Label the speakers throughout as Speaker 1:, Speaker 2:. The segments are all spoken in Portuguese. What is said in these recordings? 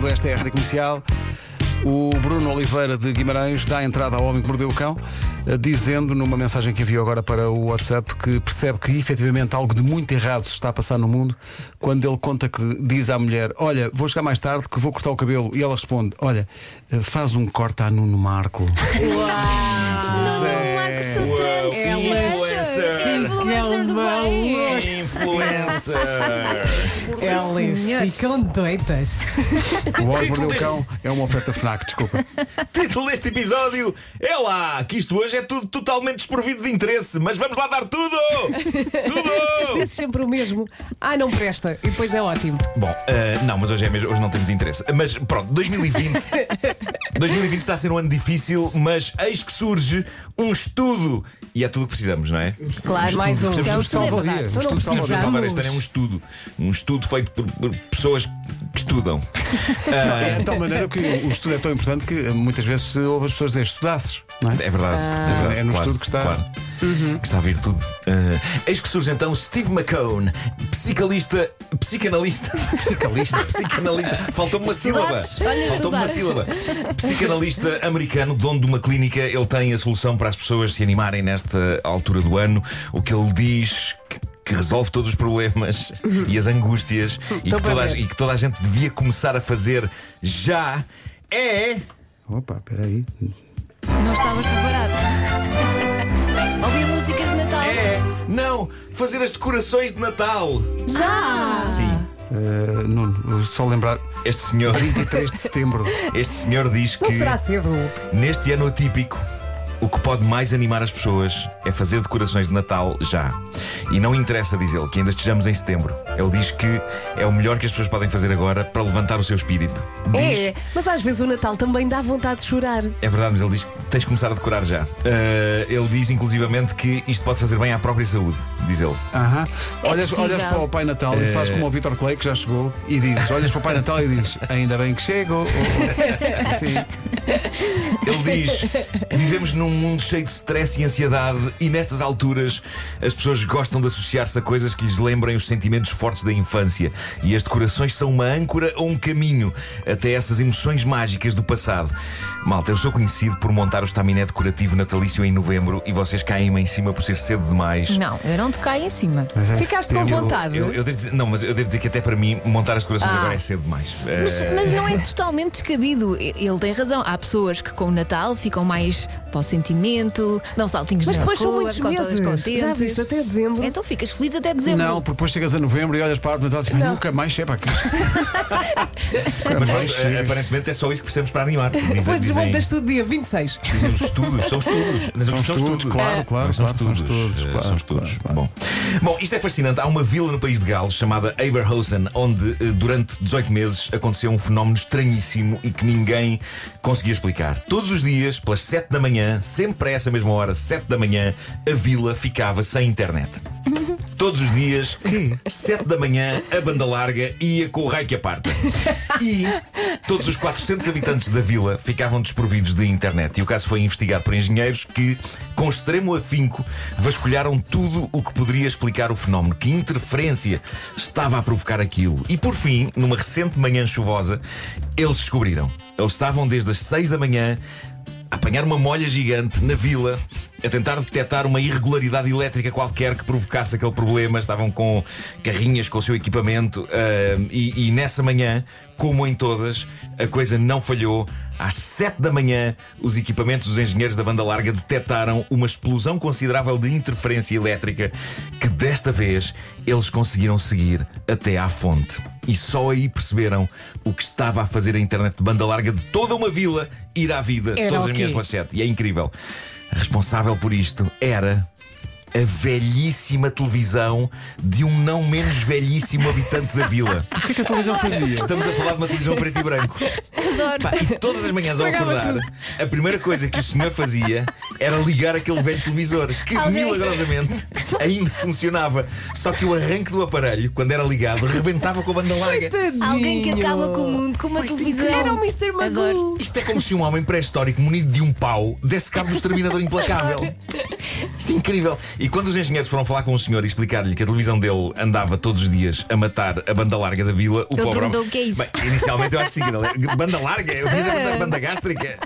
Speaker 1: 25, esta é a Rádio Comercial. O Bruno Oliveira de Guimarães dá entrada ao homem que mordeu o cão, eh, dizendo numa mensagem que enviou agora para o WhatsApp que percebe que efetivamente algo de muito errado se está a passar no mundo quando ele conta que diz à mulher: Olha, vou chegar mais tarde que vou cortar o cabelo. E ela responde: Olha, eh, faz um corte a Nuno Marco.
Speaker 2: Nuno Marco Sutran,
Speaker 3: Uau,
Speaker 2: É um influencer, É
Speaker 3: influencer.
Speaker 2: um influencer do bem.
Speaker 3: Influencer.
Speaker 4: Elas
Speaker 2: senhores.
Speaker 4: ficam doidas.
Speaker 1: O homem que mordeu o cão é uma oferta Fnac,
Speaker 2: É um
Speaker 1: desculpa.
Speaker 3: Título deste episódio é lá, que isto hoje é tudo totalmente desprovido de interesse, mas vamos lá dar tudo! Tudo!
Speaker 4: Dizes sempre o mesmo. Ah, não presta. E depois é ótimo.
Speaker 3: Bom, eh, não, mas hoje é mesmo, hoje não temos de interesse. Mas pronto, 2020. 2020 está a ser um ano difícil, mas eis que surge um estudo. E é tudo o que precisamos, não é?
Speaker 2: Claro,
Speaker 4: Mais um.
Speaker 2: Isto é um estudo, é
Speaker 1: Salvaria.
Speaker 2: verdade.
Speaker 1: Isto é um
Speaker 4: Não
Speaker 1: salvaria.
Speaker 4: precisamos.
Speaker 3: Salvar este ano é um estudo. Um estudo feito por, por pessoas que estudam.
Speaker 1: É de tal maneira que o estudo é tão importante que eh, muitas vezes se ouve as pessoas dizer estudasses, não é?
Speaker 3: É verdade. é,
Speaker 4: Ah.
Speaker 3: verdade,
Speaker 1: É no estudo que está.
Speaker 3: Claro.
Speaker 4: Uhum.
Speaker 3: Que está a vir tudo. Ah, eis que surge então Steve McCone, psicalista. Psicanalista. Psicanalista. psicanalista. Faltou uma sílaba.
Speaker 2: Estudaste. Olha,
Speaker 3: Faltou uma
Speaker 2: estudaste.
Speaker 3: sílaba. Psicanalista americano, dono de uma clínica, ele tem a solução para as pessoas se animarem nesta altura do ano. O que ele diz. que- Que resolve todos os problemas e as angústias e
Speaker 4: Uhum. Estou
Speaker 3: que,
Speaker 4: para
Speaker 3: toda a,
Speaker 4: ver.
Speaker 3: e que toda a gente devia começar a fazer já é.
Speaker 1: Opa, peraí.
Speaker 2: Não estavas preparado. Ouvir músicas de Natal.
Speaker 3: É. Não! Fazer as decorações de Natal!
Speaker 2: Já!
Speaker 3: Sim.
Speaker 4: Ah.
Speaker 1: Eh, Nuno, só lembrar,
Speaker 3: Este senhor,
Speaker 1: 23 de setembro.
Speaker 3: este senhor diz
Speaker 4: Não
Speaker 3: que
Speaker 4: será cedo?
Speaker 3: neste ano atípico, o que pode mais animar as pessoas é fazer decorações de Natal já. E não interessa, diz ele, que ainda estejamos em setembro. Ele diz que é o melhor que as pessoas podem fazer agora para levantar o seu espírito. Diz,
Speaker 4: É, mas às vezes o Natal também dá vontade de chorar.
Speaker 3: É verdade, mas ele diz que tens de começar a decorar já. Ah, ele diz, inclusivamente, que isto pode fazer bem à própria saúde, diz ele.
Speaker 1: Aham. Olhas,
Speaker 2: É possível.
Speaker 1: olhas para o Pai Natal e fazes como o Vitor Clay, que já chegou, e dizes: Olhas para o Pai Natal e dizes: Ainda bem que chegou. Sim.
Speaker 3: Ele diz: vivemos num mundo cheio de stress e ansiedade, e nestas alturas as pessoas gostam de associar-se a coisas que lhes lembrem os sentimentos fortes da infância. E as decorações são uma âncora ou um caminho até essas emoções mágicas do passado. Malta, eu sou conhecido por montar o estaminé decorativo natalício em novembro e vocês caem-me em cima por ser cedo demais.
Speaker 2: Não, eu não te caio em cima.
Speaker 1: Mas é
Speaker 4: Ficaste com
Speaker 1: setembro.
Speaker 4: vontade.
Speaker 3: Eu, eu devo dizer, não, mas eu devo dizer que até para mim montar as decorações
Speaker 2: Ah.
Speaker 3: agora é cedo demais.
Speaker 2: Mas,
Speaker 3: Eh,
Speaker 2: mas não é totalmente descabido. E- Ele tem razão. Há pessoas que com o Natal ficam mais para o sentimento, dão saltinhos
Speaker 4: Mas
Speaker 2: na
Speaker 4: depois são
Speaker 2: rua,
Speaker 4: muitos
Speaker 2: ficam todas
Speaker 4: meses. Já
Speaker 2: contentes.
Speaker 4: viste até dezembro.
Speaker 2: Então ficas feliz até dezembro.
Speaker 1: Não, porque depois chegas a novembro e olhas para a árvore de Natal e dizes, nunca mais chega aqui. Nunca
Speaker 3: mas
Speaker 1: mais
Speaker 3: pronto, eh,
Speaker 1: chega.
Speaker 3: aparentemente é só isso que precisamos para animar. Dizem-
Speaker 4: Depois
Speaker 3: dizem-
Speaker 4: desmontas tudo dia 26.
Speaker 3: Dizem os estudos, são estudos.
Speaker 1: São estudos, claro,
Speaker 3: É.
Speaker 1: claro,
Speaker 3: São
Speaker 1: claro, são
Speaker 3: estudos.
Speaker 1: estudos,
Speaker 3: eh,
Speaker 1: claro,
Speaker 3: são estudos.
Speaker 1: claro, claro.
Speaker 3: Bom. Bom, isto é fascinante. Há uma vila no país de Gales chamada Aberhausen, onde eh, durante 18 meses aconteceu um fenómeno estranhíssimo e que ninguém conseguia explicar. Todos os dias, pelas 7 da manhã, sempre a essa mesma hora, 7 da manhã, a vila ficava sem internet. Todos os dias, 7 da manhã, a banda larga ia com o raio que aparta. E todos os 400 habitantes da vila ficavam desprovidos de internet. E o caso foi investigado por engenheiros que, com extremo afinco, vasculharam tudo o que poderia explicar o fenómeno. Que interferência estava a provocar aquilo. E por fim, numa recente manhã chuvosa, eles descobriram. Eles estavam desde as 6 da manhã a apanhar uma molha gigante na vila, a tentar detectar uma irregularidade elétrica qualquer que provocasse aquele problema. Estavam com carrinhas, com o seu equipamento, ah, e, e nessa manhã, como em todas, a coisa não falhou. Às 7 da manhã, os equipamentos dos engenheiros da banda larga detectaram uma explosão considerável de interferência elétrica que desta vez eles conseguiram seguir até à fonte. E só aí perceberam o que estava a fazer a internet de banda larga de toda uma vila ir à vida
Speaker 4: Era
Speaker 3: todas
Speaker 4: o
Speaker 3: as
Speaker 4: quê?
Speaker 3: minhas manchetes. E é incrível. A responsável por isto era a velhíssima televisão de um não menos velhíssimo habitante da vila.
Speaker 1: Mas o que é que a televisão fazia?
Speaker 3: Estamos a falar de uma televisão preto e branco.
Speaker 2: Adoro.
Speaker 3: Pá, e todas as manhãs ao
Speaker 4: Estragava
Speaker 3: acordar, a primeira coisa que o senhor fazia era ligar aquele velho televisor que
Speaker 2: Alguém-
Speaker 3: milagrosamente ainda funcionava. Só que o arranque do aparelho, quando era ligado, rebentava com a banda larga.
Speaker 2: Alguém que
Speaker 4: Tadinho.
Speaker 2: acaba com o mundo, com uma televisão.
Speaker 4: Era o Mr.
Speaker 2: Adoro.
Speaker 4: Magoo.
Speaker 3: Isto é como se um homem pré-histórico munido de um pau desse cabo do exterminador implacável. Isto é incrível. E quando os engenheiros foram falar com o senhor e explicar-lhe que a televisão dele andava todos os dias a matar a banda larga da vila, o
Speaker 2: Ele
Speaker 3: pobre.
Speaker 2: perguntou
Speaker 3: homem-
Speaker 2: o que é isso. É.
Speaker 3: Bem, inicialmente eu acho que sim, ele é- banda larga, eu disse a banda, banda gástrica.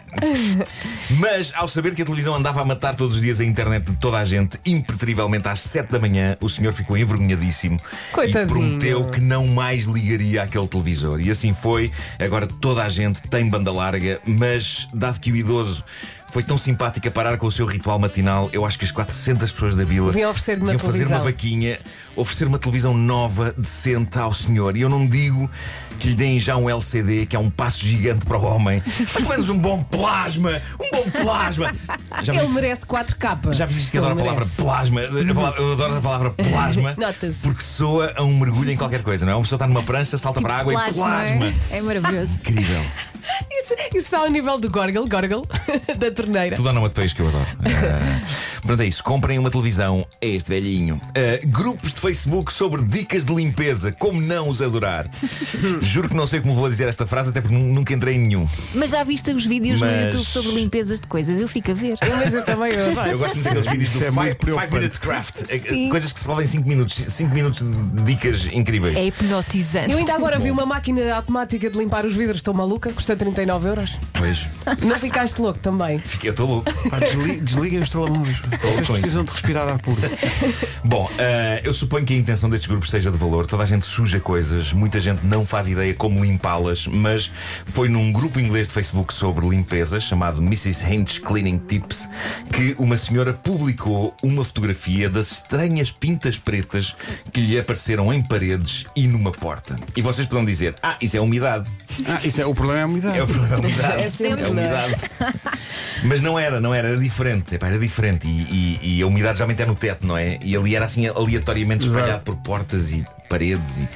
Speaker 3: Mas ao saber que a televisão andava a matar todos os dias a internet de toda a gente, impertrivelmente às 7 da manhã, o senhor ficou envergonhadíssimo
Speaker 4: Coitadinho.
Speaker 3: e prometeu que não mais ligaria àquele televisor. E assim foi. Agora toda a gente tem banda larga, mas dado que o idoso foi tão simpático a parar com o seu ritual matinal, eu acho que as 400 pessoas da vila
Speaker 4: Vinham oferecer-lhe uma
Speaker 3: deviam fazer uma
Speaker 4: televisão.
Speaker 3: vaquinha, oferecer uma televisão nova, decente ao senhor. E eu não digo que lhe deem já um LCD, que é um passo gigante para o homem, mas pelo menos um bom plasma! Um bom plasma! Já
Speaker 4: Ele
Speaker 3: vos disse-
Speaker 4: merece 4 capas.
Speaker 3: já vos disse que adoro a palavra plasma. A palavra- eu adoro a palavra plasma.
Speaker 4: Nota-se.
Speaker 3: Porque soa a um mergulho em qualquer coisa, não é? Uma pessoa está numa prancha, salta para a água
Speaker 4: Tipo
Speaker 2: Splash,
Speaker 3: e
Speaker 2: não é?
Speaker 3: plasma.
Speaker 2: É maravilhoso.
Speaker 3: Incrível.
Speaker 4: Isso, isso está ao nível do gorgle, gorgle, da torneira.
Speaker 3: Tudo há nome de país que eu adoro. Ah, Pronto, é isso. Comprem uma televisão a este velhinho. Ah, grupos de Facebook sobre dicas de limpeza. Como não os adorar? Juro que não sei como vou dizer esta frase, até porque nu- nunca entrei em nenhum.
Speaker 2: Mas já viste os vídeos no
Speaker 3: Mas-
Speaker 2: YouTube sobre limpezas de coisas? Eu fico a ver.
Speaker 4: Mas eu também eu adoro.
Speaker 3: Eu gosto muito daqueles vídeos do
Speaker 1: Isso é muito
Speaker 3: 5
Speaker 1: preocupante.
Speaker 3: Minute Craft. Eh, eh, Coisas que se resolvem em 5 minutos. 5 minutos de dicas incríveis.
Speaker 2: É hipnotizante.
Speaker 4: Eu ainda agora vi uma máquina automática de limpar os vidros, estou maluca, custa 39 euros.
Speaker 3: Pois,
Speaker 4: Não ficaste louco também.
Speaker 3: fiquei- eu estou louco.
Speaker 1: Pá, desli- desliguem os telemóveis. Vocês
Speaker 3: é, com
Speaker 1: precisam de respirar ar puro.
Speaker 3: Bom, eh, eu suponho que a intenção destes grupos seja de valor. Toda a gente suja coisas, muita gente não faz ideia como limpá-las, mas foi num grupo inglês de Facebook sobre limpeza, chamado Mrs. Hinch Cleaning Tips, que uma senhora publicou uma fotografia das estranhas pintas pretas que lhe apareceram em paredes e numa porta. E vocês poderão dizer: Ah, isso é umidade.
Speaker 1: Ah, isso é, o problema é a umidade.
Speaker 3: É o problema da umidade.
Speaker 4: É
Speaker 2: sempre,
Speaker 3: É
Speaker 2: não
Speaker 3: a
Speaker 2: é?
Speaker 3: umidade. Mas não era, não era, era diferente. Epá, era diferente. E, e- e a umidade geralmente é no teto, não é? E ali era assim aleatoriamente espalhado por portas e paredes e.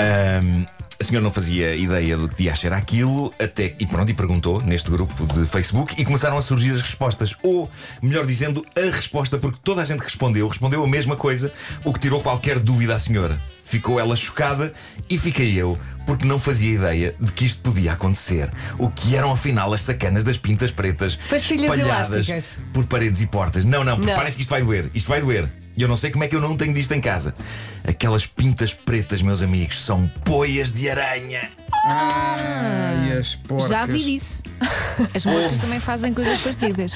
Speaker 3: Ahm, a senhora não fazia ideia do que ia achar aquilo, até e pronto, e perguntou neste grupo de Facebook e começaram a surgir as respostas, ou melhor dizendo, a resposta, porque toda a gente respondeu, respondeu a mesma coisa, o que tirou qualquer dúvida à senhora. Ficou ela chocada e fiquei eu, porque não fazia ideia de que isto podia acontecer. O que eram afinal as sacanas das pintas pretas
Speaker 4: Pastilhas
Speaker 3: espalhadas
Speaker 4: elásticas.
Speaker 3: por paredes e portas. Não, não,
Speaker 4: Não.
Speaker 3: preparem-se que isto vai doer. Isto vai doer. E eu não sei como é que eu não tenho disto em casa. Aquelas pintas pretas, meus amigos, são poias de aranha.
Speaker 1: Ah, e as porcas.
Speaker 2: Já vi disso. As moscas também fazem coisas parecidas.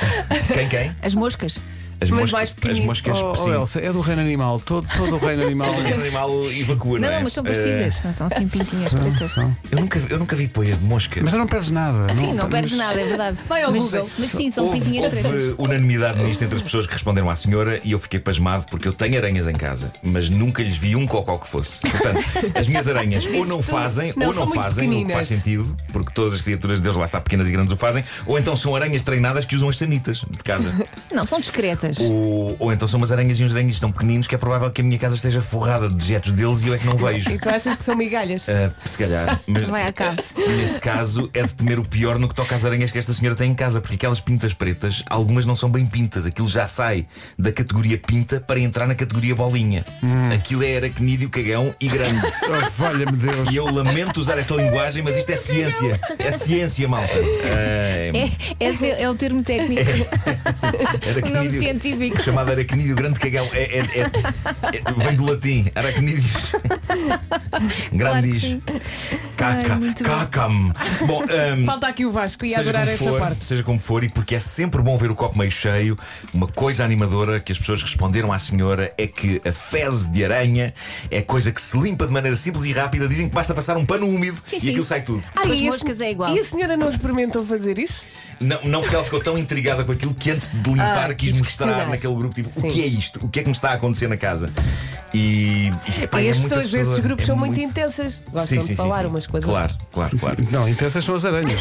Speaker 3: Quem, quem?
Speaker 2: As moscas.
Speaker 3: As
Speaker 4: Mas
Speaker 3: moscas.
Speaker 4: mais
Speaker 3: as
Speaker 4: pequenino.
Speaker 3: moscas
Speaker 1: Oh, oh,
Speaker 3: sim.
Speaker 1: Elsa, é do reino animal. Todo, todo o reino animal. é-
Speaker 3: Todo aquele um animal evacua, não,
Speaker 2: Não,
Speaker 3: é?
Speaker 2: não, mas são
Speaker 3: Eh,
Speaker 2: parecidas. Não são assim pintinhas pretas.
Speaker 3: eu, nunca, eu nunca vi poias de mosca.
Speaker 1: Mas já não perdes nada.
Speaker 2: Sim, não perdes nada, é verdade.
Speaker 4: Vai ao
Speaker 2: mas,
Speaker 4: Google.
Speaker 2: Mas sim, são
Speaker 3: houve,
Speaker 2: pintinhas
Speaker 3: houve
Speaker 2: pretas.
Speaker 3: unanimidade nisto entre as pessoas que responderam à senhora e eu fiquei pasmado porque eu tenho aranhas em casa, mas nunca lhes vi um cocó que fosse. Portanto, as minhas aranhas ou não
Speaker 4: tu.
Speaker 3: fazem,
Speaker 4: Não,
Speaker 3: ou
Speaker 4: são
Speaker 3: não
Speaker 4: muito
Speaker 3: fazem, o que faz
Speaker 4: pequeninas.
Speaker 3: sentido, porque todas as criaturas de Deus lá está, pequenas e grandes, o fazem, ou então são aranhas treinadas que usam as sanitas de casa.
Speaker 2: Não, são discretas.
Speaker 3: ou, ou então são umas aranhas e uns aranhos tão pequeninos que é provável que a minha casa esteja forrada de dejetos deles e eu é que não vejo.
Speaker 4: E tu achas que são migalhas?
Speaker 3: Ah, se calhar, mas
Speaker 2: Vai à cave.
Speaker 3: nesse caso é de temer o pior no que toca às aranhas que esta senhora tem em casa, porque aquelas pintas pretas, algumas não são bem pintas, aquilo já sai da categoria pinta para entrar na categoria bolinha. Aquilo é aracnídeo, cagão e grande.
Speaker 1: Oh, Valha-me Deus.
Speaker 3: E eu lamento usar esta linguagem, mas isto é ciência. É ciência, malta. Ah,
Speaker 2: É, esse é o termo técnico. É
Speaker 3: Aracnídeo.
Speaker 2: O nome científico.
Speaker 3: O chamado aracnídeo grande cagão. É, é- é- é- vem do latim. Aracnídeos. Grandes.
Speaker 2: Ai,
Speaker 3: Caca.
Speaker 2: muito bom.
Speaker 3: Cacam. Bom, hum, ahm,
Speaker 4: Falta aqui o Vasco e
Speaker 3: seja
Speaker 4: adorar
Speaker 3: como
Speaker 4: esta
Speaker 3: for,
Speaker 4: parte.
Speaker 3: Seja como for, e porque é sempre bom ver o copo meio cheio, uma coisa animadora que as pessoas responderam à senhora é que a fezes de aranha é coisa que se limpa de maneira simples e rápida. Dizem que basta passar um pano úmido
Speaker 2: Sim,
Speaker 3: e
Speaker 2: sim.
Speaker 3: aquilo sai tudo.
Speaker 2: Com as
Speaker 4: Ah, e a-
Speaker 2: moscas é igual.
Speaker 4: E a senhora não experimentou fazer isso?
Speaker 3: Não, não porque ela ficou tão intrigada com aquilo que antes de limpar
Speaker 4: Ah,
Speaker 3: quis
Speaker 4: quis
Speaker 3: mostrar
Speaker 4: questionar.
Speaker 3: naquele grupo tipo,
Speaker 4: Sim.
Speaker 3: o que é isto? O que é que me está a acontecer na casa? E, e, epá,
Speaker 4: e
Speaker 3: é
Speaker 4: as
Speaker 3: muito
Speaker 4: pessoas desses
Speaker 3: assustador.
Speaker 4: grupos
Speaker 3: É
Speaker 4: são muito, intensas. Gostam
Speaker 3: Sim, sim,
Speaker 4: de
Speaker 3: sim,
Speaker 4: falar
Speaker 3: sim.
Speaker 4: umas coisas.
Speaker 3: Claro, claro, claro.
Speaker 1: Não, intensas são as aranhas.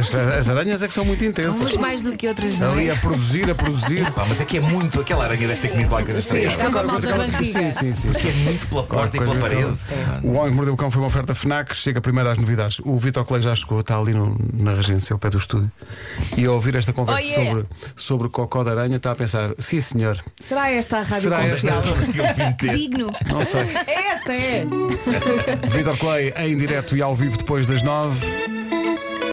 Speaker 1: As, as aranhas é que são muito intensas.
Speaker 2: Umas mais do que outras, não
Speaker 1: Ali
Speaker 2: é?
Speaker 1: a produzir, a produzir.
Speaker 3: Pá, mas é que é muito. Aquela aranha deve ter comido qualquer coisa estranha.
Speaker 4: Estava mal
Speaker 1: Mas
Speaker 4: da
Speaker 1: aquelas- Sim,
Speaker 4: barriga.
Speaker 1: sim, sim.
Speaker 3: Porque é muito pela porta e pela
Speaker 1: Coisa
Speaker 3: parede.
Speaker 1: toda. O Homem que Mordeu o Cão foi uma oferta FNAC, chega primeiro às novidades. O Vitor Colega já chegou, está ali no- na regência, ao pé do estúdio. E a ouvir esta conversa
Speaker 2: Oh, yeah.
Speaker 1: sobre, sobre Cocó da Aranha, está a pensar: sim, senhor,
Speaker 4: Será esta a rádio
Speaker 1: Será
Speaker 4: comercial?
Speaker 1: esta?
Speaker 3: Eu vim ter.
Speaker 2: Digno.
Speaker 1: não sei.
Speaker 4: Esta é!
Speaker 1: Vitor Clay em direto e ao vivo depois das nove.